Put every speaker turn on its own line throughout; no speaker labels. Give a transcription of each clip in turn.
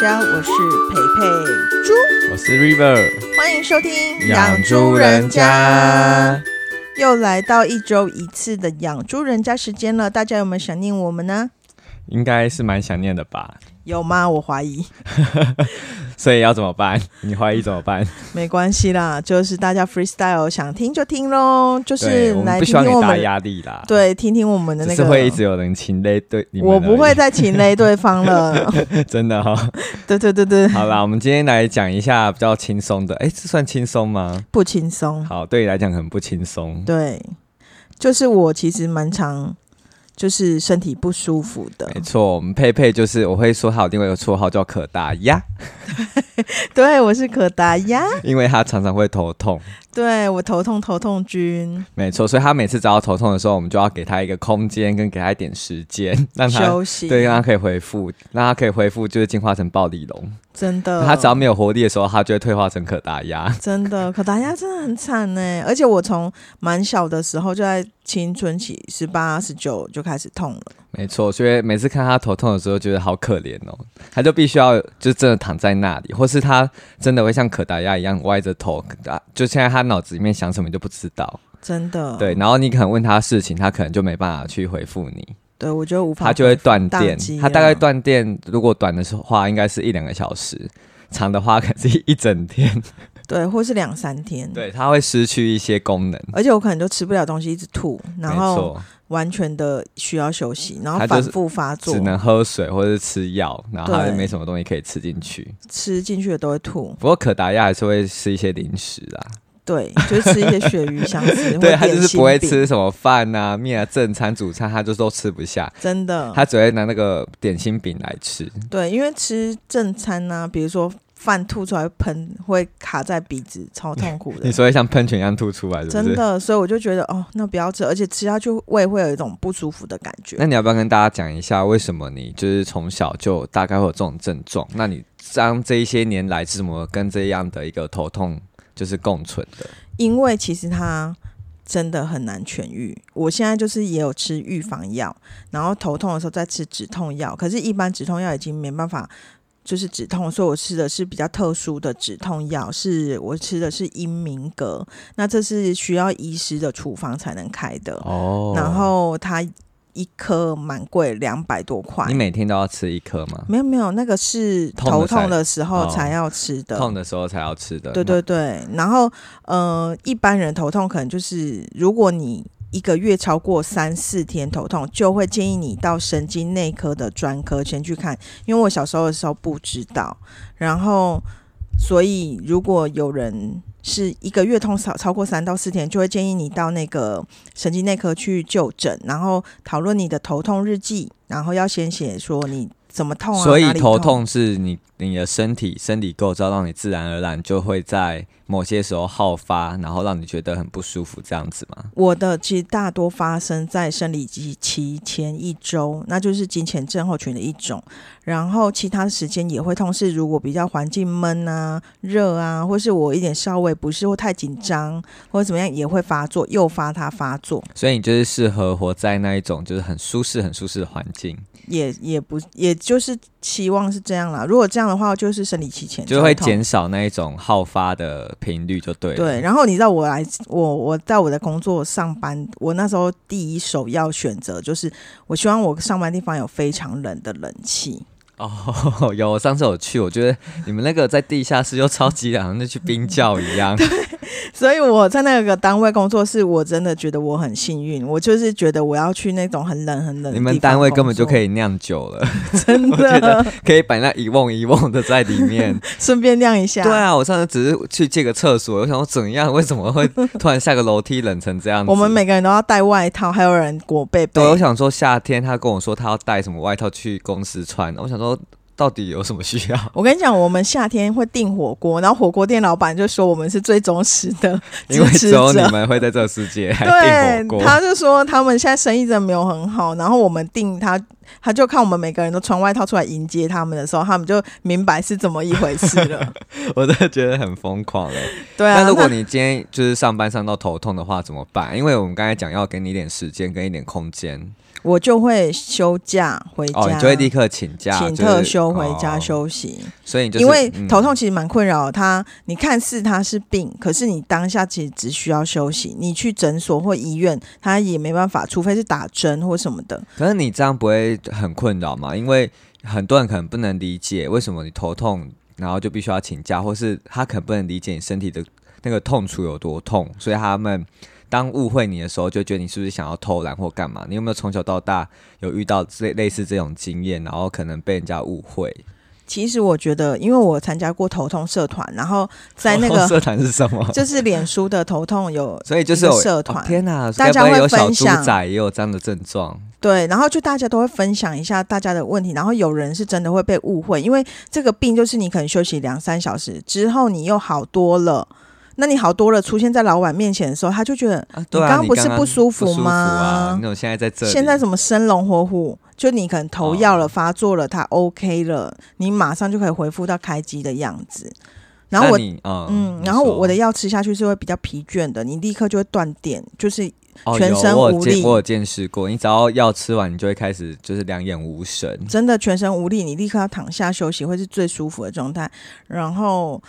家，我是培培猪，
我是 River，
欢迎收听《猪人家》，又来到一周一次的养猪人家时间了，大家有没有想念我们呢？
应该是蛮想念的吧？
有吗？我怀疑，
所以要怎么办？ 你怀疑怎么办？
没关系啦，就是大家 freestyle，想听就听喽，就是
对，我们
来
不
听
希望
听
给
我
大家
们，
压力啦。，
对，听听我们的那
只
个，
是会一直有人情累对你们而已。
我不会再情累对方 了，
真的哈、哦
对对对对，
好啦，我们今天来讲一下比较轻松的。哎，这算轻松吗？
不轻松。
好，对你来讲很不轻松。
对，就是我其实蛮常就是身体不舒服的
没，错，我们佩佩就是我会说他有另外一个绰号叫可达鸭，
对我是可达鸭，
因为他常常会头痛。
对我头痛头痛君
没错，所以他每次找到头痛的时候，我们就要给他一个空间，跟给他一点时间，让他
休息，
对，让他可以恢复，让他可以恢复，就是进化成暴力龙。
真的，
他只要没有活力的时候，他就会退化成可达 鸭。
真的可达鸭真的很惨呢，而且我从蛮小的时候就在青春期十八十九就开始痛了，
没错，所以每次看他头痛的时候，觉得好可怜哦。他就必须要就真的躺在那里，或是他真的会像可达鸭一样歪着头，啊就现在他脑子里面想什么你就不知道。
真的，
对，然后你可能问他事情，他可能就没办法去回复你，
对我就无法，
他就会断
宕
电
机。
他大概
了
断电，如果短的时候话，应该是一两个小时。长的话可能是一整
嗯
天，
对，或是两三天，，
对，他会失去一些功能。
而且我可能就吃不了东西，一直吐，
没
然后
错，
完全的需要休息，然后
他就
反
是
复发作，
只能喝水或者是吃药，然后他
对
就没什么东西可以吃进去。
吃进去的都会吐。
不过可达鸭还是会吃一些零食啦，，
对，就是吃一些鳕鱼香丝
对他
或
就是
点
不会
心饼，
吃什么饭啊、面啊、正餐、主餐，他就都吃不下，
真的。
他只会拿那个点心饼来吃。
对，因为吃正餐呢、比如说饭吐出来会喷，会卡在鼻子，超痛苦
你
的。
说会像喷泉一样吐出来，是不
真
是？
的，所以我就觉得哦，那不要吃，而且吃下去胃会有一种不舒服的感觉。
那你要不要跟大家讲一下，为什么你就是从小就大概会有这种症状？那你当这一些年来是怎么跟这样的一个头痛就是共存的？
因为其实它真的很难痊愈。我现在就是也有吃预防药，然后头痛的时候再吃止痛药，可是，一般止痛药已经没办法。就是止痛，所以我吃的是比较特殊的止痛药，是我吃的是英明格，那这是需要医师的处方才能开的，
哦
然后它一颗蛮贵，两百多块
你。每天都要吃一颗吗？
没有没有，那个是
痛的
头痛
才
的时候
哦
才要吃的，
痛的时候才要吃的。
对对对，然后呃，一般人头痛可能就是，如果你一个月超过三四天头痛，就会建议你到神经内科的专科先去看，因为我小时候的时候不知道，然后所以如果有人。是一个月痛超超过三到四天，就会建议你到那个神经内科去就诊，然后讨论你的头痛日记，然后要先写说你怎么痛啊，
所
哪
以
里
头
痛
痛是你你的身体生理构造让你自然而然就会在某些时候好发，然后让你觉得很不舒服这样子吗？
我的其实大多发生在生理期期前一周，那就是经前症候群的一种。然后其他时间也会痛，是如果比较环境闷啊、热啊，或是我一点稍微不适或太紧张或者怎么样，也会发作，诱发它发作。
所以你就是适合活在那一种就是很舒适、很舒适的环境，
也也不，也就是期望是这样啦。如果这样的话，就是生理期前
就会
超痛
减少那一种好发的频率，就对了。
对，然后你知道我来，我我在我的工作上班，我那时候第一首要选择就是，我希望我上班地方有非常冷的冷气。
哦， 有我上次有去，我觉得你们那个在地下室又超级凉，像那去冰窖 一样。
所以我在那个单位工作室，我真的觉得我很幸运。我就是觉得我要去那种很冷很冷的
你们单位根本就可
以，
以酿酒了，
真
我觉得
的
可以摆那一瓮一瓮的在里面。
顺便晾一下。
对啊，我上次只是去借个厕所，我想说怎样，为什么会突然下个楼梯冷成这样子？
我们每个人都要带外套，还有人裹被被
对，。我想说夏天他跟我说他要带什么外套去公司穿，我想说到底有什么需 要？
我跟你讲，我们夏天会订火锅，然后火锅店老板就说我们是最忠实的
因为
支持
只有你
者。
们会在这个世界还订 火
对，
锅。
他就说他们现在生意真的没有很好，然后我们订他他就看我们每个人都穿外套出来迎接他们的时候，他们就明白是怎么一回事 了。
我真的觉得很疯狂哎、
对啊，
那如果
那
你今天就是上班上到头痛的话怎么办？因为我们刚才讲要给你一点时间跟一点空间
我就会休假回家，
哦，你就会立刻请假，
请
就是
特休回家、
哦
休息。
所以你就是
因为
嗯
头痛其实蛮困扰的它，你看似它是病，可是你当下其实只需要休息。你去诊所或医院，它也没办法，除非是打针或什么的。
可是你这样不会很困扰吗？因为很多人可能不能理解为什么你头痛，然后就必须要请假，或是他可能不能理解你身体的那个痛楚有多痛，所以他们当误会你的时候，就觉得你是不是想要偷懒或干嘛？你有没有从小到大有遇到类类似这种经验，然后可能被人家误会？
其实我觉得，因为我参加过头痛社团，然后在那个
哦社团是什 么？
就是脸书的头痛有
所以就是有
一个社团
哦天哪、
大家
该不
会
有小
分
猪
享
仔也有这样的症状，
对，然后就大家都会分享一下大家的问题，然后有人是真的会被误会，因为这个病就是你可能休息两三小时之后，你又好多了。那你好多了，出现在老板面前的时候，他就觉得
啊对啊，
你刚刚
你
不是
刚
不舒服
服啊
吗
你怎么现在在这里？
现在怎么生龙活虎？就你可能头药了、
哦
发作了，它 OK 了，你马上就可以恢复到开机的样子。然后我
那你嗯
嗯，然后我我的
你
药吃下去是会比较疲倦的，你立刻就会断电，就是
说哦
全
有
身
我有
无
见
力
我有见识过，你只要药吃完，你就会开始就是两眼无神。
真的全身无力，你立刻要躺下休息，会是最舒服的状态。然后，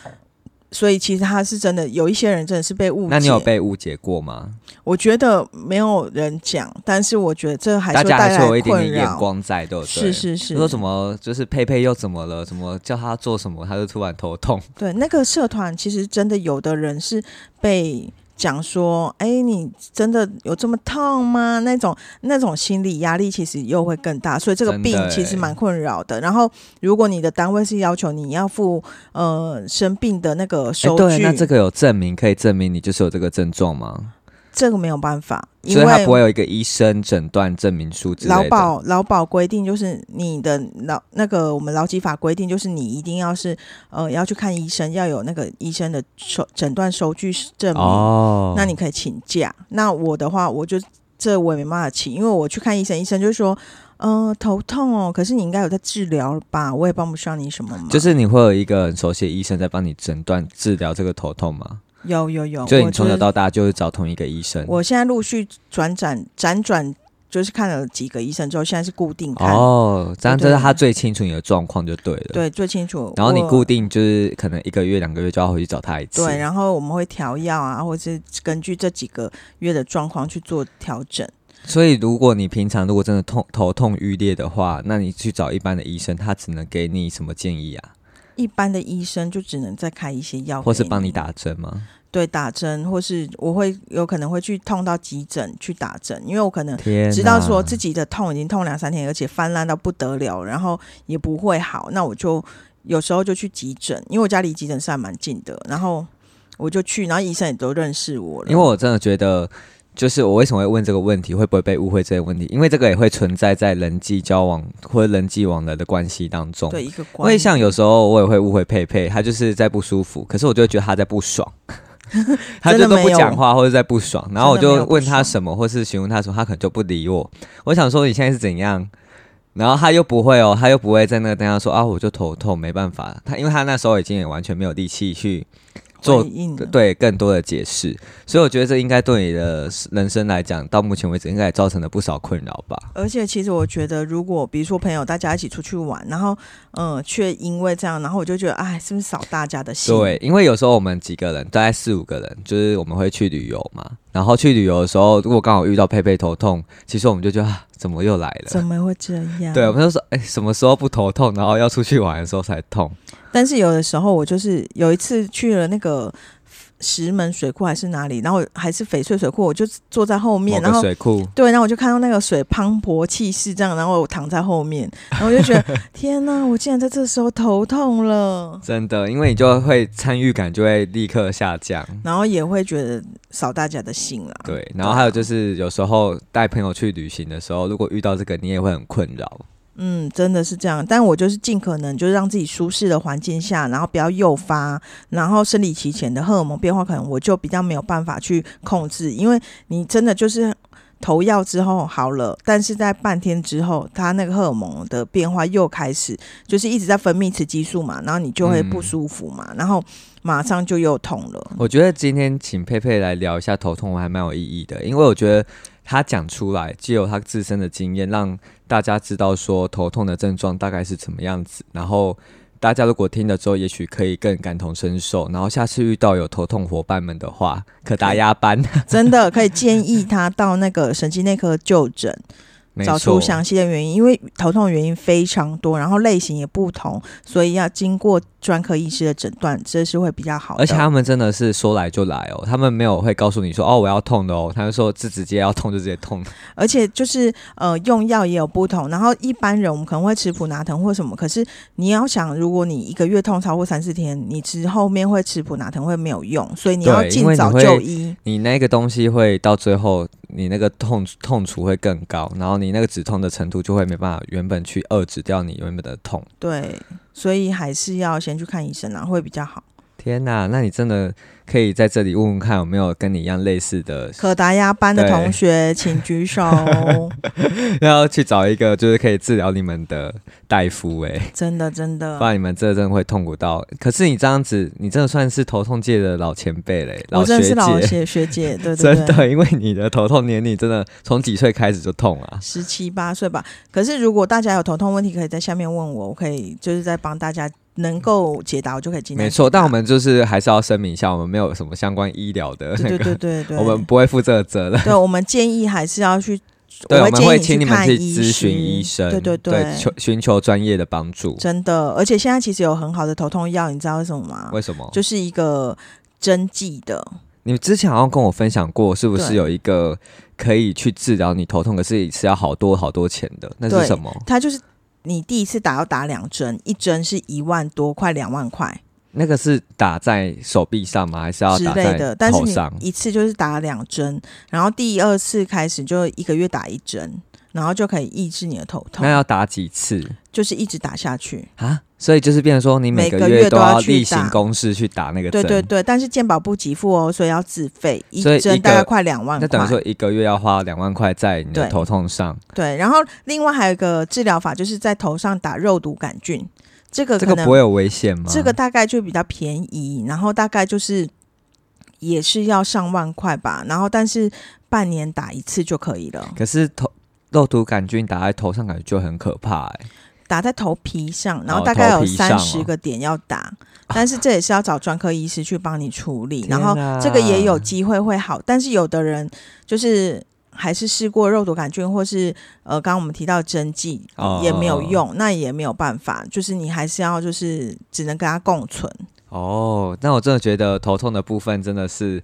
所以其实他是真的，有一些人真的是被误解。
那你有被误解过吗？
我觉得没有人讲，但是我觉得这还是
大
会
家
带
还是
来
有一点
困
点眼
扰。
光在，对不对？
是是是，
就说什么就是佩佩又怎么了？什么叫他做什么，他就突然头痛。
对，那个社团其实真的有的人是被讲说，哎、你真的有这么痛吗？那种那种心理压力其实又会更大，所以这个
真的
病其实
欸
蛮困扰的。然后，如果你的单位是要求你要付呃生病的那个
哎，
收
对，
据，
那这个有证明可以证明你就是有这个症状吗？
这个没有办法，因
所以他不会
为。
有一个医生诊断证明书之类
劳
的。
保劳保规定就是你的劳那个我们劳基法规定就是你一定要是呃要去看医生，要有那个医生的收诊断收据证明。
哦，
那你可以请假。那我的话，我就这我也没办法请，因为我去看医生，医生就说，嗯、头痛哦，可是你应该有在治疗了吧？我也帮不上你什么忙。
就是你会有一个很熟悉的医生在帮你诊断治疗这个头痛吗？
有有有，
就
我
你从
就
小
是
到大就是找同一个医生。
我现在陆续转转辗转，就是看了几个医生之后，现在是固定看，
哦，这样
对
就是他最清楚你的状况就对了。。
对，最清楚。
然后你
我
固定就是可能一个月、两个月就要回去找他一次。
对，然后我们会调药啊，或者是根据这几个月的状况去做调整。
所以如果你平常如果真的痛头痛欲裂的话，那你去找一般的医生，他只能给你什么建议啊？
一般的医生就只能再开一些药，
或是帮你。打针吗？
对打针，或是我会有可能会去痛到急诊去打针，因为我可能
天哪，
知道说自己的痛已经痛两三天，而且泛滥到不得了，然后也不会好，那我就有时候就去急诊，因为我家离急诊室还蛮近的，然后我就去，然后医生也都认识我了，
因为我真的觉得，就是我为什么会问这个问题，会不会被误会这个问题？因为这个也会存在在人际交往或者人际往来的关系当中。
对一个
因
关
为像有时候我也会误会佩佩，她就是在不舒服，可是我就会觉得她在不爽， 她就
真
都
的没有
不讲话或者在不爽，然后我
真的没
就
有
问她
不爽
什么或是询问她什么，她可能就不理我。我想说你现在是怎样？然后她又不会哦，她又不会在那个当下说啊，我就头痛，没办法。她因为她那时候已经也完全没有力气去做
回应了啊
对更多的解释，所以我觉得这应该对你的人生来讲，到目前为止应该也造成了不少困扰吧。
而且其实我觉得，如果比如说朋友大家一起出去玩，然后嗯、呃却因为这样，然后我就觉得哎，是不是扫大家的兴？
对，因为有时候我们几个人，大概四五个人，就是我们会去旅游嘛。然后去旅游的时候，如果刚好遇到佩佩头痛，其实我们就觉得、啊、怎么又来了
怎？么会这样？
对，我们就说，哎、什么时候不头痛？然后要出去玩的时候才痛。
但是有的时候我就是有一次去了那个石门水库还是哪里，然后还是翡翠水库，我就坐在后
某
面，然
个
后
水库，
对，然后我就看到那个水磅礴气势这样，然后我躺在后面，然后我就觉得天哪，我竟然在这时候头痛了，
真的，因为你就会参与感就会立刻下降。
然后也会觉得扫大家的兴啊。
对，然后还有就是，有时候带朋友去旅行的时候，如果遇到这个，你也会很困扰。
嗯，真的是这样。但我就是尽可能就是让自己舒适的环境下，然后不要诱发，然后生理期前的荷尔蒙变化，可能我就比较没有办法去控制，因为你真的就是投药之后好了，但是在半天之后，它那个荷尔蒙的变化又开始，就是一直在分泌雌激素嘛，然后你就会不
嗯
舒服嘛，然后马上就又痛了。
我觉得今天请佩佩来聊一下头痛，还蛮有意义的，因为我觉得她讲出来，借由她自身的经验，让大家知道说头痛的症状大概是怎么样子。然后大家如果听了之后，也许可以更感同身受。然后下次遇到有头痛伙伴们的话，可达鸭班，
真的可以建议他到那个神经内科就诊，
没
找
错
出，详细的原因，因为头痛的原因非常多，然后类型也不同，所以要经过专科医师的诊断，这是会比较好的。
而且他们真的是说来就来哦，他们没有会告诉你说哦我要痛的哦，他们说这直接要痛就直接痛。
而且就是呃，用药也有不同。然后一般人我们可能会吃普拿疼或什么，可是你要想，如果你一个月痛超过三四天，你吃后面会吃普拿疼会没有用，所以你要
对
尽
因为你
早
会
就医。
你那个东西会到最后，你那个痛痛楚会更高，然后你那个止痛的程度就会没办法原本去遏制掉你原本的痛。
对，所以还是要先去看医生啊，会比较好。
天哪、那你真的可以在这里问问看有没有跟你一样类似的，
可达鸭班的
对
同学，请举 手。
然后去找一个就是可以治疗你们的大夫哎、
真的，真
不
的，
然你们这真的会痛苦到。可是你这样子，你真的算是头痛界的老前辈嘞、
我真
学
的是老
姐，
学学姐， 对对
真
对。
的，因为你的头痛年龄真的从几岁开始就痛啊。
十七八岁吧，可是如果大家有头痛问题，可以在下面问我，我可以就是在帮大家能够解答，我就可以尽量
没错，
解答
但我们就是还是要声明一下，我们没有什么相关医疗的那
对
个
对对对对，
我们不会负这个责任。
对我们建议还是要去，
对，我
会
们
建
会
议
请你们
看
去
医
咨询
师
医生，
对对
对，求寻求专业的帮助。
真的，而且现在其实有很好的头痛药，你知道为什么吗？
为什么？
就是一个针剂的，
你之前好像跟我分享过，是不是
对
有一个可以去治疗你头痛，可是是要好多好多钱的？那是
对
什么？
它就是你第一次打要打两针，一针是一万多，快两万块
那个是打在手臂上吗？还是要
之
打
类的
在，
但是
头
你
上？
一次就是打两针，然后第二次开始就一个月打一针，然后就可以抑制你的头痛
那，要打几次
就是一直打下去。
啊？所以就是变成说，你
每
个
个
月
月都要
要
去
例行
打
公事去打那个
对
针。
对对，但是健保不给付哦，所以要自费，一
所以一
针大
个
概快两万块。
那等于说一个月要花两万块在你的
对
头痛上，
对，然后另外还有一个治疗法，就是在头上打肉毒杆菌，这个
这
呃可
个
能
不会有危险吗？
这个大概就比较便宜，然后大概就是也是要上万块吧，然后但是半年打一次就可以了，
可是头肉毒杆菌打在头上，感觉就很可怕、欸。
打在头皮上，然
哦
后大概
头
有
皮上
三
哦
十个点要 打，但是这也是要找专科医师去帮你处理，
天
然后这个也有机会会好，但是有的人就是。还是试过肉毒杆菌，或是呃，刚刚我们提到针剂、
哦
也没有用，那也没有办法，就是你还是要就是只能跟它共存。
哦，那我真的觉得头痛的部分真的是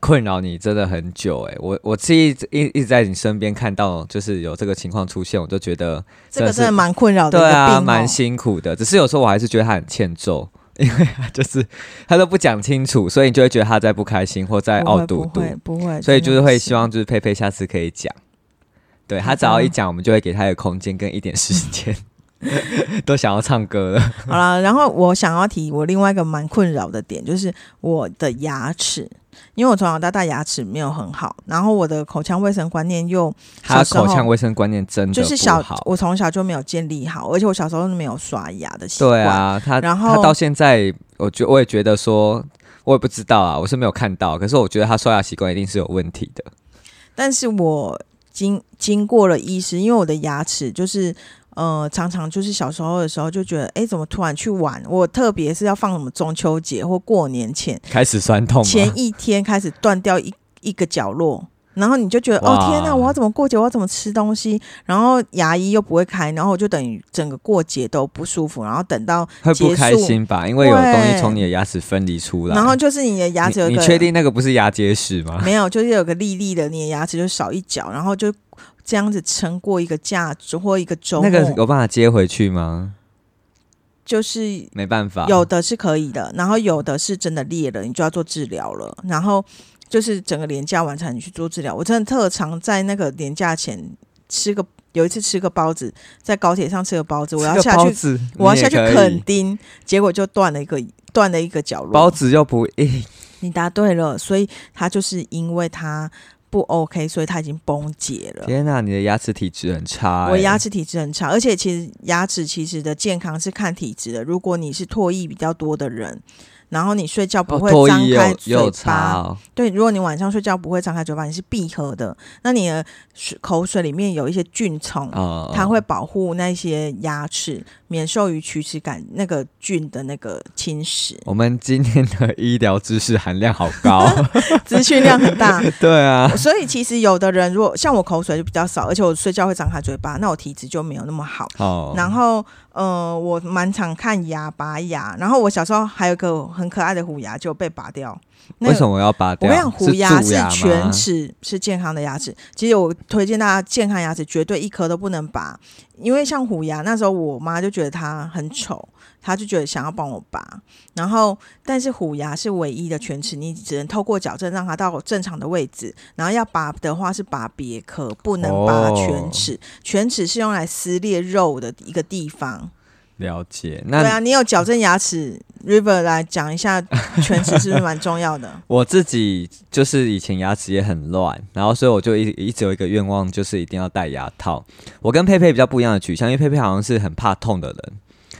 困扰你真的很久哎、我我是一直一一直在你身边看到，就是有这个情况出现，我就觉得
这个真
真的
的
是
蛮困扰的一
对
个病、哦
啊，蛮辛苦的。只是有时候我还是觉得他很欠揍。因为 他就是他都不讲清楚，所以你就会觉得他在不开心或在傲嘟
不
嘟
会，不会，不会
哦所以就是会
真的
希望就是佩佩下次可以讲，对他
好
只要一
的
讲，我们就会给他一个空间跟一点时间， 都想要唱歌了。
是 好了。然后我想要提我另外一个蛮困扰的点，就是我的牙齿，因为我从小到大牙齿没有很好，然后我的口腔卫生观念又
他的
小时候
口腔卫生观念真的
就是
不
小
好，
我从小就没有建立好，而且我小时候没有刷牙的习惯。
对，啊，他
然
他
后
到现在，我觉我也觉得说，我也不知道啊，我是没有看到，可是我觉得他刷牙习惯一定是有问题的。
但是我经经过了医师，因为我的牙齿就是。呃，常常就是小时候的时候就觉得，哎，怎么突然去玩？我特别是要放什么中秋节或过年前，
开始酸痛啊
前
吗？
一天开始断掉一一个角落，然后你就觉得
哇
哦天哪，我要怎么过节？我要怎么吃东西？然后牙医又不会开，然后我就等于整个过节都不舒服，然后等到
会不开
结束，
心吧？因为有东西
对
从你的牙齿分离出来，
然后就是你的牙齿有一
你
个
你确定那个不是牙结石吗？
没有，就是有个粒粒的，你的牙齿就少一角，然后就这样子撑过一个假周或一个周末，
那个有办法接回去吗？
就是
没办法，
有的是可以的，然后有的是真的裂了，你就要做治疗了。然后就是整个廉价完成，你去做治疗。我真的特常在那个廉价前吃个，有一次吃个包子，在高铁上吃个包子，我要
这个
下
包
去，
子
我要
你也
下去
可以
垦丁，结果就断了一个断了一个角落。
包子又不硬，
你答对了，所以他就是因为他。不 OK，所以它已经崩解了。
天哪、你的牙齿体质很差、欸，
我牙齿体质很差，而且其实牙齿其实的健康是看体质的。如果你是唾液比较多的人，然后你睡觉不
哦
会
唾
张
液也
开
有也
嘴
有差
巴，
哦，
对，如果你晚上睡觉不会张开嘴巴，你是闭合的，那你的水口水里面有一些菌虫，
啊，
嗯它会保护那些牙齿免受于龋齿感那个菌的那个侵蚀
我们今天的医疗知识含量好高，
资讯量很 大。
对啊，
所以其实有的人，如果像我口水就比较少，而且我睡觉会张开嘴巴，那我体质就没有那么好。
哦，
然后呃，我蛮常看牙拔牙，然后我小时候还有一个很可爱的虎牙就被拔掉。那
为
个
什么要拔
我
掉？
跟你讲，虎牙
是蛀
是
牙吗
全齿，是健康的牙齿。其实我推荐大家，健康牙齿绝对一颗都不能拔，因为像虎牙那时候，我妈就觉得它很丑，她就觉得想要帮我拔。然后，但是虎牙是唯一的全齿，你只能透过矫正让它到正常的位置。然后要拔的话是拔别颗，不能
哦
拔全齿。全齿是用来撕裂肉的一个地方。
了解。
对
那
啊，你有矫正牙齿，River 来讲一 下全齿是不是蛮重要的？
我自己就是以前牙齿也很乱，然后所以我就一一直有一个愿望，就是一定要戴牙套。我跟佩佩比较不一样的取向，因为佩佩好像是很怕痛的人，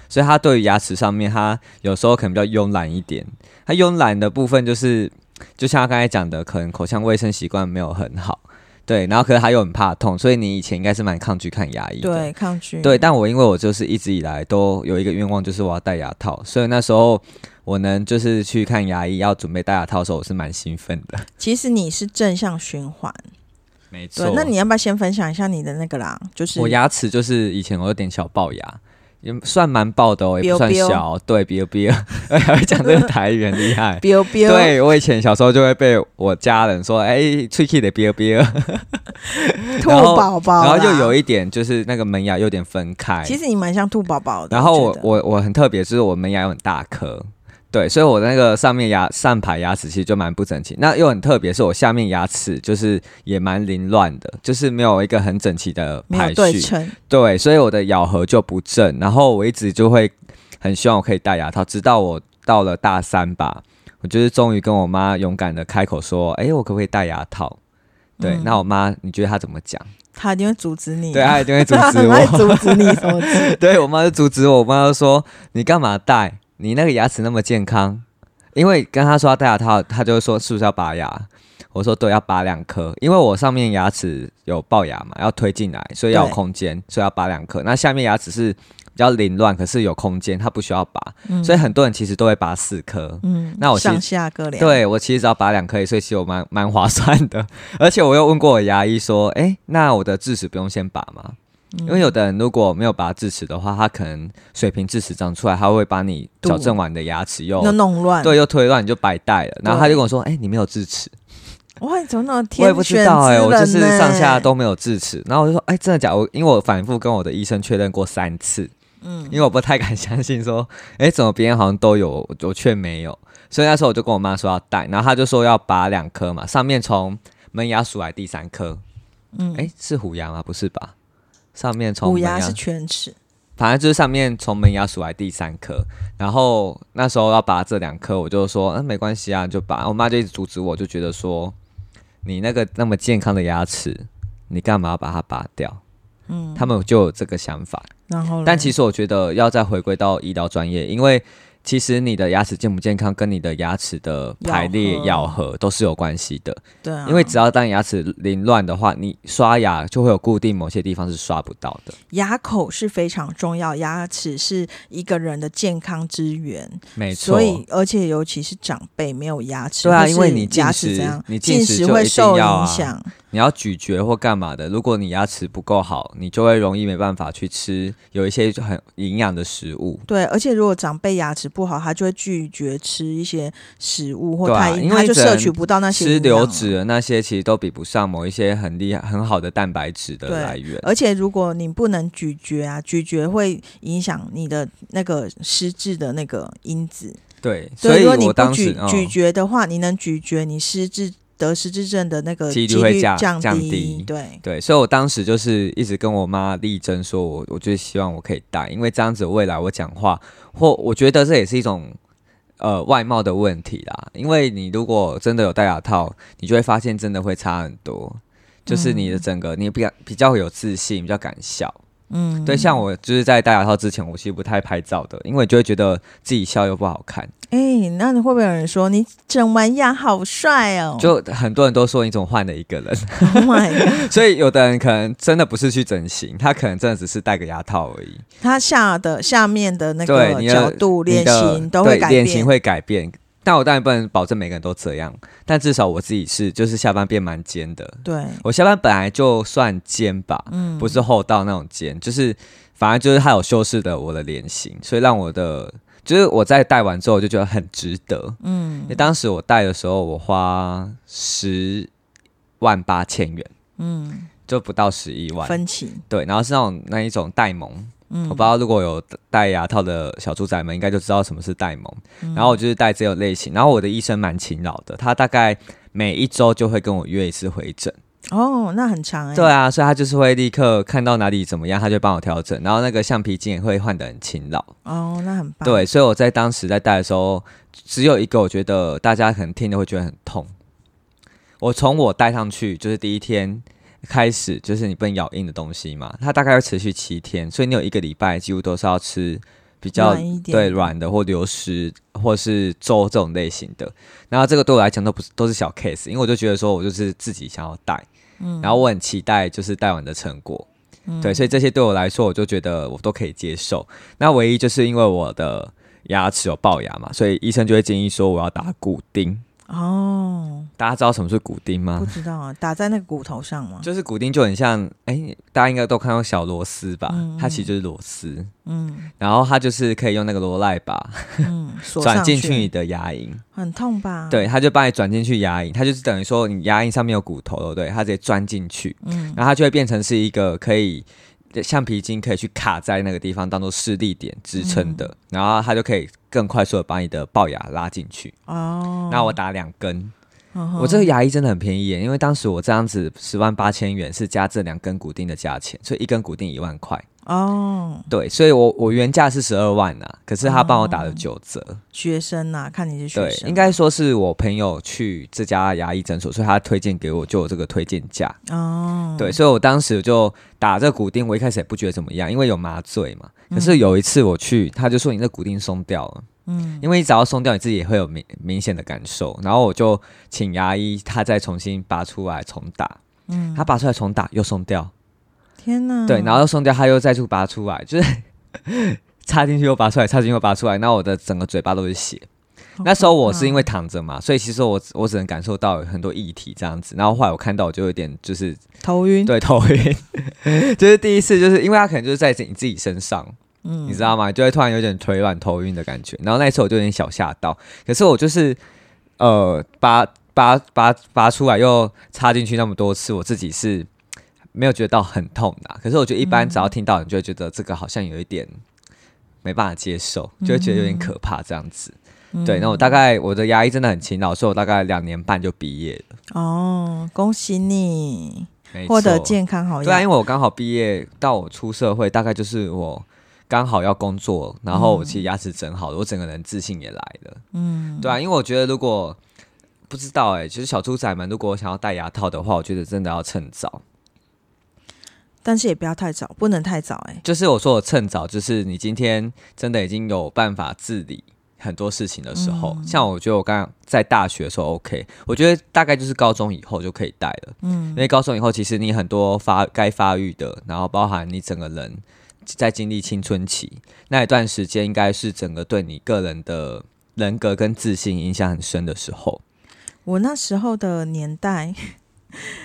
所以她对于牙齿上面，她有时候可能比较慵懒一点。她慵懒的部分就是，就像她刚才讲的，可能口腔卫生习惯没有很好，对，然后可是她又很怕痛，所以你以前应该是蛮抗拒看牙医的。
对，抗拒。
对，但我因为我就是一直以来都有一个愿望，就是我要戴牙套，所以那时候我能就是去看牙医要准备戴牙套的时候，我是蛮兴奋的。
其实你是正向循环，
没
对。那你要不要先分享一下你的那个啦？就是
我牙齿就是以前我有点小龅牙，也算蛮龅的哦，也不算
彪彪
小，对，比尔 比尔，哦哎还会讲这个台语很厉害。
biu biu，，
对我以前小时候就会被我家人说，哎、吹气的比尔比尔，
兔
然后
宝宝
然
啦，
后又有一点就是那个门牙有点分开，
其实你蛮像兔宝宝的。
然后
我
我
觉得
我我很特别，就是我门牙有很大颗，对，所以我那个上面牙上排牙齿其实就蛮不整齐。那又很特别，是我下面牙齿就是也蛮凌乱的，就是没有一个很整齐的
没
排
有对
序，
称，
对，所以我的咬合就不正。然后我一直就会很希望我可以戴牙套，直到我到了大三吧，我就是终于跟我妈勇敢的开口说，哎，我可不可以戴牙套？对，
嗯
那我妈你觉得她怎么讲？
他一定会阻止你。
对，她一定会阻
他
止
很爱
我。
阻止你什么之
对我妈就阻止我，我妈就说：“你干嘛戴？你那个牙齿那么健康。”因为跟她说要戴牙套，她就会说：“是不是要拔牙？”我说：“对，要拔两颗，因为我上面牙齿有龅牙嘛，要推进来，所以要有
对
空间，所以要拔两颗。那下面牙齿是比较凌乱，可是有空间，它不需要拔，
嗯
所以很多人其实都会拔四颗。
嗯，
那我其实
上下各两，，
对我其实只要拔两颗，所以其实我蛮蛮划算的。 而且我又问过我牙医说，哎、那我的智齿不用先拔吗？
嗯
因为有的人如果没有拔智齿的话，他可能水平智齿长出来，他会把你
堵
矫正完的牙齿又
又弄乱。，
哦对又推乱，你就白戴了。然后他
对
就跟我说，哎、你没有智齿，
哇，你怎么那么
我
天
也不知
选
道
之
哎、
人
我就是
呢
上下都没有智齿。然后我就说，哎、真的假的？我因为我反复跟我的医生确认过三次，
嗯
因为我不太敢相信说，哎、怎么别人好像都有，我我却没有。所以那时候我就跟我妈说要戴，然后她就说要拔两颗嘛，上面从门牙数来第三颗，哎、
嗯，
是虎牙吗？不是吧？上面从
虎
门
牙是全齿，
反正就是上面从门牙数来第三颗，然后那时候要拔这两颗，我就说，嗯、没关系啊，就拔。我妈就一直阻止我，就觉得说，你那个那么健康的牙齿，你干嘛要把它拔掉？
嗯，
他们就有这个想法。
然后
但
实
其实我觉得要再回归到医疗专业，因为其实你的牙齿健不健康跟你的牙齿的排列
咬合
咬合都是有关系的，
对啊，
因为只要当牙齿凌乱的话，你刷牙就会有固定某些地方是刷不到的。
牙口是非常重要，牙齿是一个人的健康之源。
没错
所，以，而且尤其是长辈没有牙齿，
对啊
或是
因为你进
牙齿
食
怎样，
你进
进
食
食
就
会
一定
受
要啊
影响。
你要咀嚼或干嘛的，如果你牙齿不够好，你就会容易没办法去吃有一些很营养的食物。
对，而且如果长辈牙齿不好，他就会拒绝吃一些食物或
对啊
太硬，
因为
他就
只能
摄取不到那些
吃
营养啊
流
了。
质的那些其实都比不上某一些很厉害、很好的蛋白质的
对
来源。
而且如果你不能咀嚼啊，咀嚼会影响你的那个失智的那个因子。
对，
所
所以
如果你
我
不
当
咀
时
咀
嗯
嚼的话，你能咀嚼，你失智得失智症的那个
几率
几
会
率
降
降
降低
低。对，
对，所以我当时就是一直跟我妈力争说我，我就是希望我可以戴，因为这样子未来我讲话或我觉得这也是一种呃外貌的问题啦，因为你如果真的有戴牙套，你就会发现真的会差很多，就是你的整个你比较比较有自信，比较敢笑。
嗯，
对，像我就是在戴牙套之前，我其实不太拍照的，因为就会觉得自己笑又不好看。
哎、那你会不会有人说你整完牙好帅哦？
就很多人都说你怎么换了一个人，
Oh my god！
所以有的人可能真的不是去整形，他可能真的只是戴个牙套而已。
他下的下面的那
对
个
你的
角度、
你
脸
的
型都
对
会改
脸型
变。
会改变。但我当然不能保证每个人都这样，但至少我自己是，就是下巴变蛮尖的。
对，
我下巴本来就算尖吧，
嗯，
不是厚道那种尖，就是反正就是它有修饰的我的脸型，所以让我的就是我在戴完之后我就觉得很值得。
嗯
因为当时我戴的时候，我花十万八千元，
嗯，
就不到十一万。
分歧，
对，然后是那种那一种戴萌，
嗯，
我不知道如果有戴牙套的小猪仔们应该就知道什么是戴萌。
嗯
然后我就是戴这种类型，然后我的医生蛮勤劳的，他大概每一周就会跟我约一次回诊。
哦，那很长哎、
对啊，所以他就是会立刻看到哪里怎么样，他就帮我调整。然后那个橡皮筋也会换得很勤劳。
哦，那很棒。，
对，所以我在当时在戴的时候，只有一个我觉得大家可能听的会觉得很痛。我从我戴上去就是第一天开始，就是你不能咬硬的东西嘛，它大概要持续七天，所以你有一个礼拜几乎都是要吃比较
软一点
对软的或流食或是粥这种类型的。然后这个对我来讲都不是都是小 case，因为我就觉得说我就是自己想要戴，
嗯
然后我很期待就是戴完的成果。
嗯
啊对，所以这些对我来说，我就觉得我都可以接受。那唯一就是因为我的牙齿有龅牙嘛，所以医生就会建议说我要打骨钉。
哦，
大家知道什么是骨钉吗
不？知道啊，打在那个骨头上吗？
就是骨钉就很像，哎、大家应该都看过小螺丝吧？
嗯嗯
它其实就是螺丝，
嗯
然后它就是可以用那个螺赖把
嗯， 锁
转
上嗯
进去你的牙龈，
很痛吧？，
对，它就帮你转进去牙龈，它就是等于说你牙龈上面有骨头，对不对？它直接钻进去，
嗯
然后它就会变成是一个可以橡皮筋可以去卡在那个地方当做视力点支撑的，然后它就可以更快速的把你的龅牙拉进去。
哦，
那我打两根，
嗯哼
我这个牙医真的很便宜耶，因为当时我这样子十万八千元是加这两根骨钉的价钱，所以一根骨钉一万块。
哦，
对，所以我我原价是十二万呐、可是他帮我打了九折。
学生呐、看你是学
对，
生，
应该说是我朋友去这家牙医诊所，所以他推荐给我就有这个推荐价。
哦，
对，所以我当时就打这骨钉，我一开始也不觉得怎么样，因为有麻醉嘛。可是有一次我去，他就说你这骨钉松掉了，
嗯
因为你只要松掉，你自己也会有明明显的感受。然后我就请牙医，他再重新拔出来重打，
嗯，
他拔出来重打又松掉，
天哪，
对，然后又松掉，他又再去拔出来，就是 插进去又拔出来，插进去又拔出来，那我的整个嘴巴都是血。
好
那时候我
可怕
是因为躺着嘛，所以其实我我只能感受到有很多液体这样子。然后后来我看到我就有点就是
头晕，
对，头晕，就是第一次，就是因为他可能就是在你自己身上，
嗯
你知道吗？就会突然有点腿软、头晕的感觉。然后那一次我就有点小吓到，可是我就是呃拔拔拔拔出来又插进去那么多次，我自己是没有觉得到很痛的啊、可是我觉得一般只要听到，你就会觉得这个好像有一点。没办法接受，
嗯
就会觉得有点可怕这样子。对，那我大概我的牙医真的很勤劳，所以我大概两年半就毕业了。
哦，恭喜你
没
获得
错
健康好
对啊，
牙，
因为我刚好毕业到我出社会，大概就是我刚好要工作，然后我其实牙齿整好了，我整个人自信也来了。
嗯，
对啊，因为我觉得如果不知道哎、其实小猪仔们如果想要戴牙套的话，我觉得真的要趁早。
但是也不要太早，不能太早哎、
就是我说的趁早，就是你今天真的已经有办法自理。很多事情的时候，
嗯
像我觉得我刚刚在大学的时候 OK，我觉得大概就是高中以后就可以戴了。
嗯
因为高中以后，其实你很多发该发育的，然后包含你整个人在经历青春期那一段时间，应该是整个对你个人的人格跟自信影响很深的 时候。
我那时候的年代，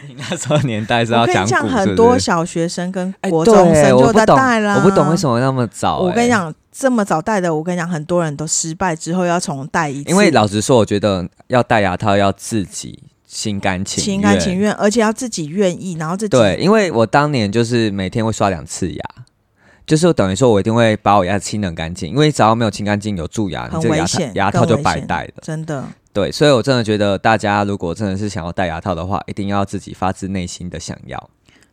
你那时候年代是要
我跟
讲
你讲，
古，是
很
不
多
是？
小学生跟
哎
国
对
中生
我
就
不
在
懂
戴啦、
我不懂为什么那么早、
啊我跟你
哎，
讲，这么早戴的，我跟你讲，很多人都失败之后要重戴一次，
因为老实说，我觉得要戴牙套要自己心甘情
情甘情愿，而且要自己愿意，然后自己
对，因为我当年就是每天会刷两次牙，就是等于说我一定会把我牙齿清得很干净，因为只要没有清干净有蛀牙，你
很
这个牙
危
套
险，
牙套
更
就
危
白
险
戴了。
真的，
对，所以我真的觉得大家如果真的是想要戴牙套的话，一定要自己发自内心的想要。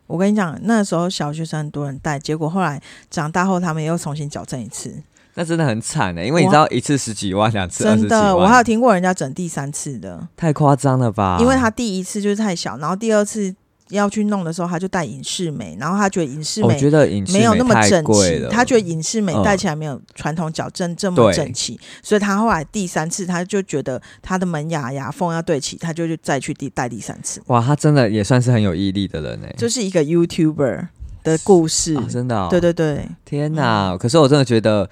我跟你讲，那时候小学生很多人戴，结果后来长大后他们又重新矫正一次，
那真的很惨欸的、因为你知道一次十几万，两次二十
真
几万，
的，我还有听过人家整第三次的，
太夸张了吧？
因为他第一次就是太小，然后第二次要去弄的时候，他就戴隐适美，然后他觉得隐适
哦我
美
觉得影视
没有那么
美太
整
贵
齐
了，
他觉得隐适美
嗯
戴起来没有传统矫正这么
对
整齐，所以他后来第三次他就觉得他的门牙牙缝要对齐，他就去再去第戴第三次，
哇，他真的也算是很有毅力的人哎、
就是一个 YouTuber 的故事，
哦真的、哦，
对对对，
天
嗯
哪！可是我真的觉得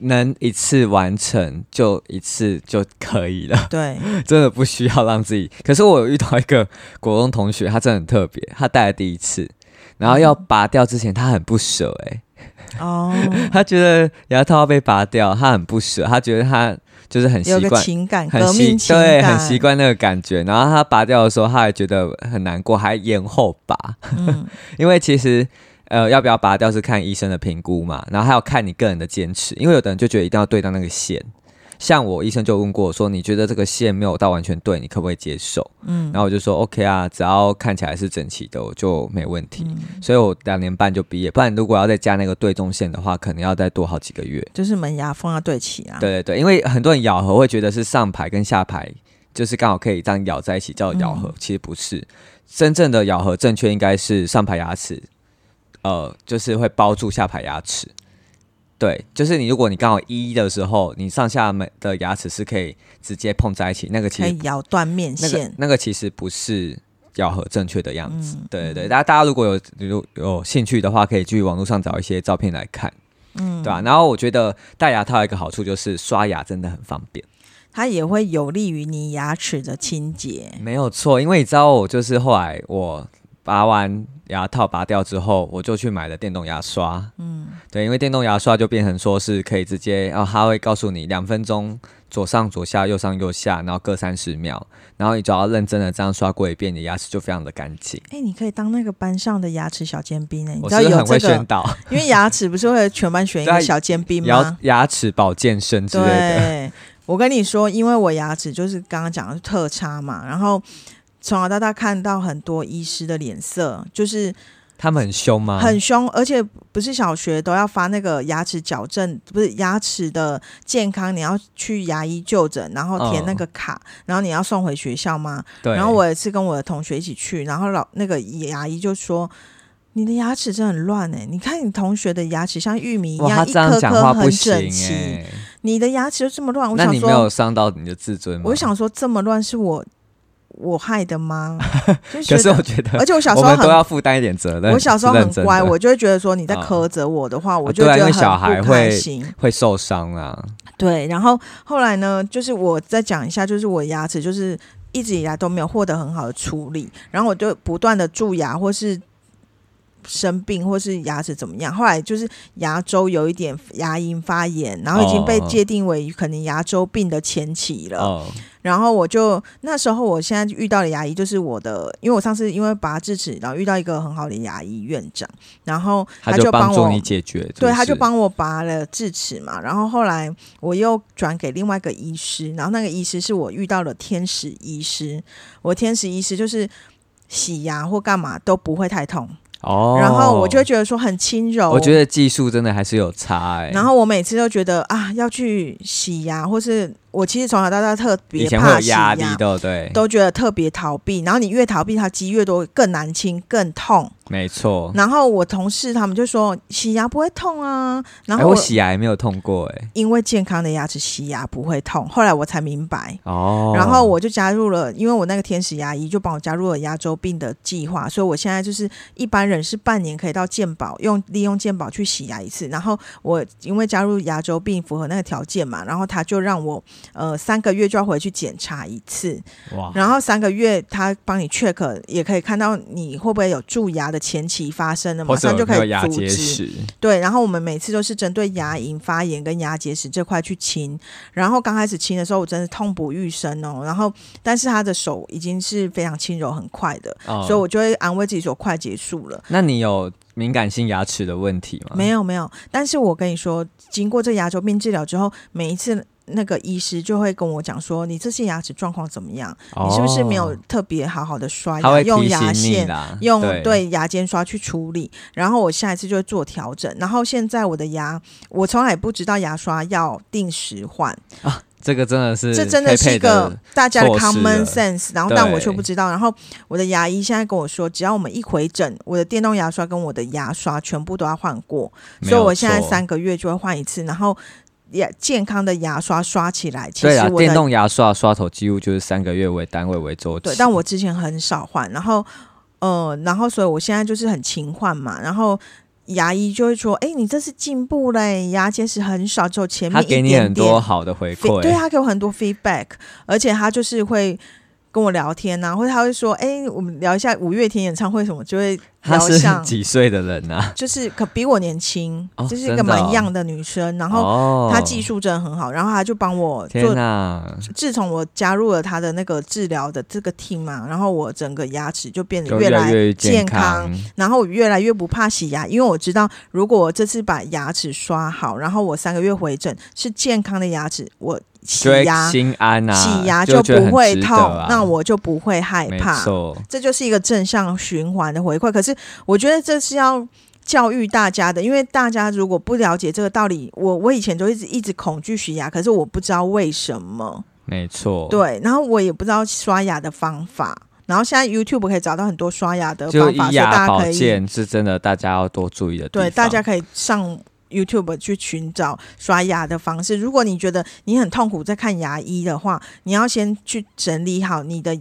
能一次完成就一次就可以了，
对，
真的不需要让自己。可是我有遇到一个国中同学，他真的很特别，他戴了第一次，然后要
嗯
拔掉之前，他很不舍哎、
哦，
他觉得牙套要被拔掉，他很不舍，他觉得他就是 很习
有个
惯。
情感
很
革
习
命情
对，
感，
很习惯那个感觉。然后他拔掉的时候，他还觉得很难过，还延后拔。
嗯，
因为其实呃要不要拔掉是看医生的评估嘛，然后还有看你个人的坚持，因为有的人就觉得一定要对到那个线。像我医生就问过我说，你觉得这个线没有到完全对，你可不可以接受？
嗯
然后我就说 OK 啊，只要看起来是整齐的，我就没问
嗯
题。所以我两年半就毕业，不然如果要再加那个对中线的话，可能要再多好几个月。
就是门牙缝要对齐啊，
对对对，因为很多人咬合会觉得是上排跟下排就是刚好可以这样咬在一起叫咬合，其实不是，真正的咬合正确应该是上排牙齿，呃，就是会包住下排牙齿。对，就是你如果你刚好一的时候，你上下门的牙齿是可以直接碰在一起，那个其
可
实
以咬断面
那
线
个。那个其实不是。咬合正确的样子，对对对，大家大家如果有有有兴趣的话，可以去网络上找一些照片来看，
嗯，
对吧、啊然后我觉得戴牙套有一个好处就是刷牙真的很方便。
它也会有利于你牙齿的清洁。
没有错，因为你知道，我就是后来我拔完牙套拔掉之后，我就去买了电动牙刷。嗯，对，因为电动牙刷就变成说是可以直接，然后它会告诉你两分钟左上左下右上右下，然后各三十秒，然后你只要认真的这样刷过一遍，你的牙齿就非常的干净。
哎、你可以当那个班上的牙齿小尖兵呢、你
我
知道
是不是
有
很
这
会宣
个，
导，
因为牙齿不是会全班选一个
对
小尖兵
牙
吗？
牙齿保健生之类的。
对，我跟你说，因为我牙齿就是刚刚讲的特差嘛，然后从小到大看到很多医师的脸色，就是
他们很凶吗？
很凶，而且不是小学都要发那个牙齿矫正，不是牙齿的健康，你要去牙医就诊，然后
哦
填那个卡，然后你要送回学校吗？
对。
然后我也是跟我的同学一起去，然后老那个牙医就说。你的牙齿真的很乱哎、你看你同学的牙齿像玉米一
哇，他
样，一
这样
颗
讲
颗
话不
很
行
整齐。
哎、
你的牙齿就这么啊乱，我
那
想
你没有
说，
伤到你的自尊吗？
我，想说这么乱是我我害的吗？ 就
可
觉
是我
得，
觉得
而且我小时
我
候
们都
很，
要负担一点责任。
我小时候
是
很
认真的
乖，我就会觉得说你在
嗯
苛责我的话，我
啊
就
对
觉
啊
得
因为小孩
很不开
会
心。
会受伤啊。
对，然后后来呢，就是我再讲一下，就是我牙齿就是一直以来都没有获得很好的处理，然后我就不断的蛀牙或是。生病或是牙齿怎么样？后来就是牙周有一点牙龈发炎，然后已经被
哦
界定为可能牙周病的前期了。
哦，
然后我就那时候，我现在遇到的牙医就是我的，因为我上次因为拔智齿，然后遇到一个很好的牙医院长，然后
他
就帮
帮助
我
你解决，
对，
是不
他就是帮我拔了智齿嘛，然后后来我又转给另外一个医师，然后那个医师是我遇到了天使医师，我天使医师就是洗牙或干嘛都不会太痛，
哦。
然后我就会觉得说很轻柔，
我觉得技术真的还是有差哎。
然后我每次都觉得啊要去洗牙，或是我其实从小到大特
以
别
前会有
怕洗
压力，对不对？
都觉得特别逃避，然后你越逃避，它积越多，更难清，更痛。
没错。
然后我同事他们就说洗牙不会痛啊，然
哎，
后
我洗牙也没有痛过哎。
因为健康的牙齿洗牙不会痛，后来我才明白。
哦。
然后我就加入了，因为我那个天使牙医就帮我加入了牙周病的计划，所以我现在就是一般人是半年可以到健保用利用健保去洗牙一次。然后我因为加入牙周病符合那个条件嘛，然后他就让我呃三个月就要回去检查一次，
哇，
然后三个月他帮你 check 也可以看到你会不会有蛀牙的前期发生了，马
或者
上就
有没
可
有
以
牙
阻
结
止。
石？
对，然后我们每次都是针对牙龈发炎跟牙结石这块去清，然后刚开始清的时候，我真的痛不欲生哦。然后，但是他的手已经是非常轻柔、很快的，
哦
所以我就会安慰自己说快结束了。
那你有敏感性牙齿的问题吗？
没有没有，但是我跟你说，经过这牙周病治疗之后，每一次那个医师就会跟我讲说，你这些牙齿状况怎么样？你是不是没有
哦？
特别好好的刷
他
牙，
会
用
提
牙
醒你
线？
啦，
用
对
对牙尖刷去处理，然后我下一次就会做调整。然后现在我的牙，我从来不知道牙刷要定时换，
这个真的是
这真的是一
佩佩
个
的
大家的
措施
common
了
sense，然后但我却不知道。然后我的牙医现在跟我说，只要我们一回诊，我的电动牙刷跟我的牙刷全部都要换过，
没
所以
有
我现在
错
三个月就会换一次。然后牙健康的牙刷刷起来，其
对
实
啊，
我
电
的
动牙刷刷头几乎就是三个月为单位为周期。
对，但我之前很少换，然后呃，然后所以我现在就是很勤换嘛，然后。牙医就会说：“哎、你这次进步嘞，牙结石很少，只有前面
他
一点
给
点。
你很多好的回
fe-
馈，
对啊他给我很多 feedback，而且他就是会跟我聊天呐、或者他会说，哎、我们聊一下五月天演唱会什么，就会
他
聊
是
上，
几岁的人啊？
就是可比我年轻，
哦
就是一个
真的哦
蛮样的女生，然后
后
她技术真的很好，然后她就帮我
哦天
做。
哪，
自从我加入了她的那个治疗的这个 team 嘛，然后我整个牙齿就变得
就
来
来越
健
康。
然后我越来越不怕洗牙，因为我知道，如果我这次把牙齿刷好，然后我三个月回诊是健康的牙齿，我洗
就会
牙
心安呐、
洗牙
就觉得
不
很
会
值得
痛，
啊
那我就不会害
没
怕。
错，
这就是一个正向循环的回馈。可是我觉得这是要教育大家的，因为大家如果不了解这个道理，我我以前就一直一直恐惧洗牙，可是我不知道为什么，
没错，，
对，然后我也不知道刷牙的方法。然后现在 YouTube 可以找到很多刷牙的
就
方法，所
医
以大
牙
家
保
可以
健是真的，大家要多注意的地
对
方。
大家可以上 YouTube 去寻找刷牙的方式。如果你觉得你很痛苦在看牙医的话，你要先去整理好你的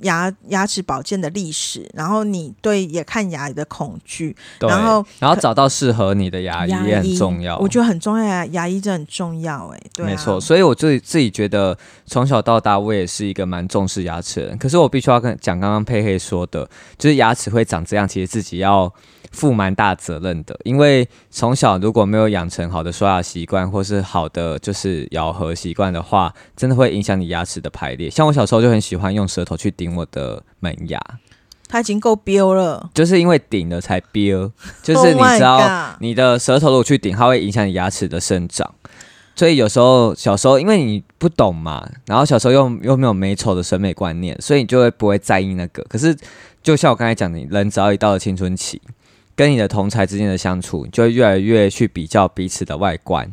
牙牙齿保健的历史，然后你对也看牙的恐惧，
对，
然后
然后找到适合你的牙医
牙
也很重要。
我觉得很重要啊，牙医真的很重要、欸，哎，对、啊，
没错，所以我自己自己觉得，从小到大我也是一个蛮重视牙齿的人。可是我必须要跟讲刚刚佩佩说的，就是牙齿会长这样，其实自己要负蛮大责任的。因为从小如果没有养成好的刷牙习惯，或是好的就是咬合习惯的话，真的会影响你牙齿的排列。像我小时候就很喜欢用舌头去顶我的门牙，
他已经够彪了，
就是因为顶了才 憋，就是你
Oh my
知道。
God
你的舌头如果去顶，它会影响你牙齿的生长。所以有时候小时候，因为你不懂嘛，然后小时候又又没有美丑的审美观念，所以你就会不会在意那个。可是就像我刚才讲的，你人只要一到了青春期，跟你的同才之间的相处，你就会越来越去比较彼此的外观。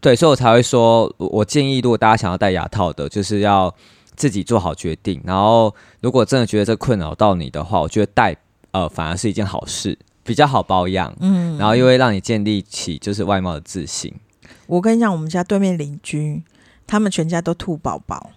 对，所以我才会说，我我建议如果大家想要戴牙套的，就是要自己做好决定。然后如果真的觉得这困扰到你的话，我觉得戴呃反而是一件好事，比较好保养。
嗯，
然后又会让你建立起就是外貌的自信。
我跟你讲，我们家对面邻居，他们全家都兔宝宝。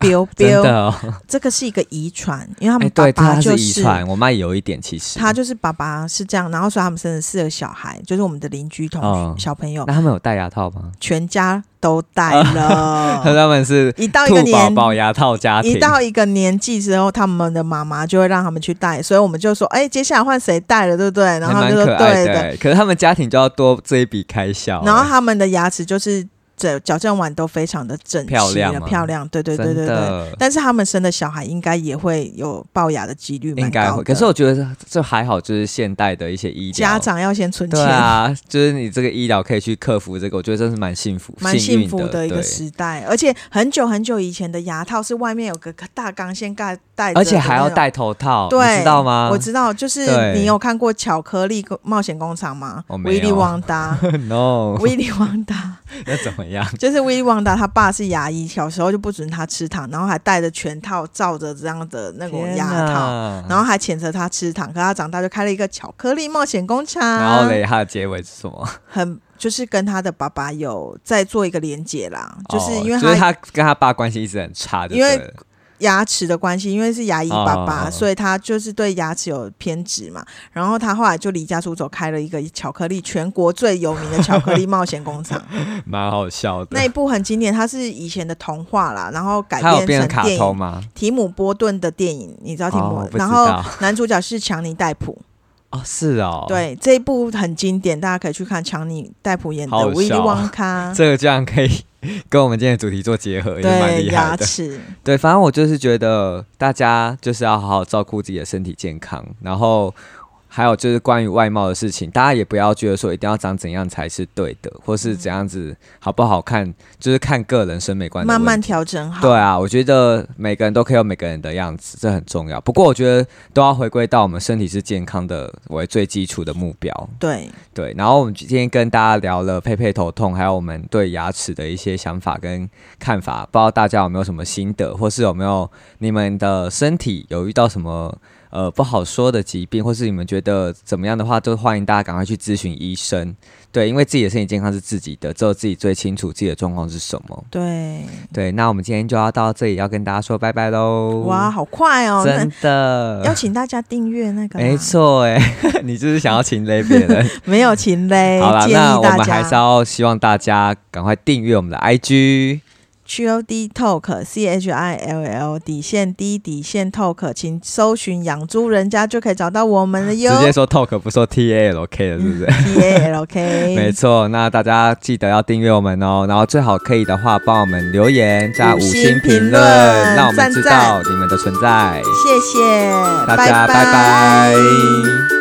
彪彪
啊真，的、哦，
这个是一个遗传，因为他
哎、
们爸
对，
爸
它
就是
遗传，我妈也有一点，其实。
他就是爸爸是这样，然后所以他们生了四个小孩，就是我们的邻居同学、
嗯
小朋友，
那他们有戴牙套吗？
全家都戴 了。
他们是
一哦到一个
兔宝
年，
宝牙套家庭
一，到一个年纪之后，他们的妈妈就会让他们去戴，所以我们就说，哎、接下来换谁戴了，对不对？然后
还
他们
蛮
就
可
说
爱
对
的欸。可是他们家庭就要多这一笔开销欸，
然后他们的牙齿就是矫矫正完都非常的整齐
漂亮
了
吗
漂亮，对对对对
真
对。
的
但是他们生的小孩应该也会有龅牙的几率蛮
应该
高
会。
的
可是我觉得这还好，就是现代的一些医疗
家。长要先存
对
钱，
啊，就是你这个医疗可以去克服这个，我觉得真是蛮幸福、
蛮
幸
幸
运
福的一个
对
时代，而且很久很久以前的牙套是外面有个大钢线盖带，
而且还要，戴头套，
对，
你知道吗？
我知道，就是
对
你有看过《巧克力冒险工厂》吗
我？没
威
有
利旺达，
no，
威利旺达
那怎么样？
就是威利旺达，他爸是牙医，小时候就不准他吃糖，然后还戴着全套罩着这样的那种
天
牙套。
哪
然后还谴责他吃糖，可他长大就开了一个巧克力冒险工厂，
然后嘞，它的结尾是什么？
很就是跟他的爸爸有在做一个连结啦，就是因
哦
为
就是他跟他爸关系一直很差就对了，
因为牙齿的关系，因为是牙医爸爸，
哦哦哦
所以他就是对牙齿有偏执嘛。然后他后来就离家出走，开了一个巧克力全国最有名的巧克力冒险工 厂。
蛮好笑
那一
的。
部很经典，它是以前的童话啦，然后改
他有变
编
成
成
卡
电
通
影。
吗？
提姆波顿的电影，你知道提姆？
哦不知道
然后男主角是强尼戴普，
哦，是哦，，
对这一部很经典，大家可以去看强尼戴普演的《
好好
威利
笑
旺卡》。
这个居然可以跟我们今天的主题做结合，也是蛮
啊对
厉
牙
害的。
齿，
对，反正我就是觉得大家就是要好好照顾自己的身体健康，然后。还有就是关于外貌的事情，大家也不要觉得说一定要长怎样才是对的，或是怎样子好不好看，就是看个人审美观的
慢
问
慢
题
调整好。
对啊，我觉得每个人都可以有每个人的样子，这很重要。不过我觉得都要回归到我们身体是健康的为最基础的目标。
对
对，然后我们今天跟大家聊了佩佩头痛，还有我们对牙齿的一些想法跟看法，不知道大家有没有什么心得，或是有没有你们的身体有遇到什么呃不好说的疾病，或是你们觉得怎么样的话，都欢迎大家赶快去咨询医生。对，因为自己的身体健康是自己的，只有自己最清楚自己的状况是什么。
对，
对，那我们今天就要到这里，要跟大家说拜拜喽。
哇，，好快哦！
真
那要
的，
请大家订阅那个吗，
没错哎， 你就是想要请雷别人。
没有秦嘞，
好啦，
哎建
那
议
我
大
们还是
家
要希望大家赶快订阅我们的 IG。
G O D Talk C H I L L 底线 D 底线 Talk，请搜寻养猪人家就可以找到我们了哟
直。接说 talk 不说 T A L K 了，是不是？
T A L
没
K，
错，那大家记得要订阅我们哦，然后最好可以的话帮我们留言加
五
五
星
星
评
评
论
论，让我们
赞
知
赞
道你们的存在。
谢谢，
大家
拜
拜拜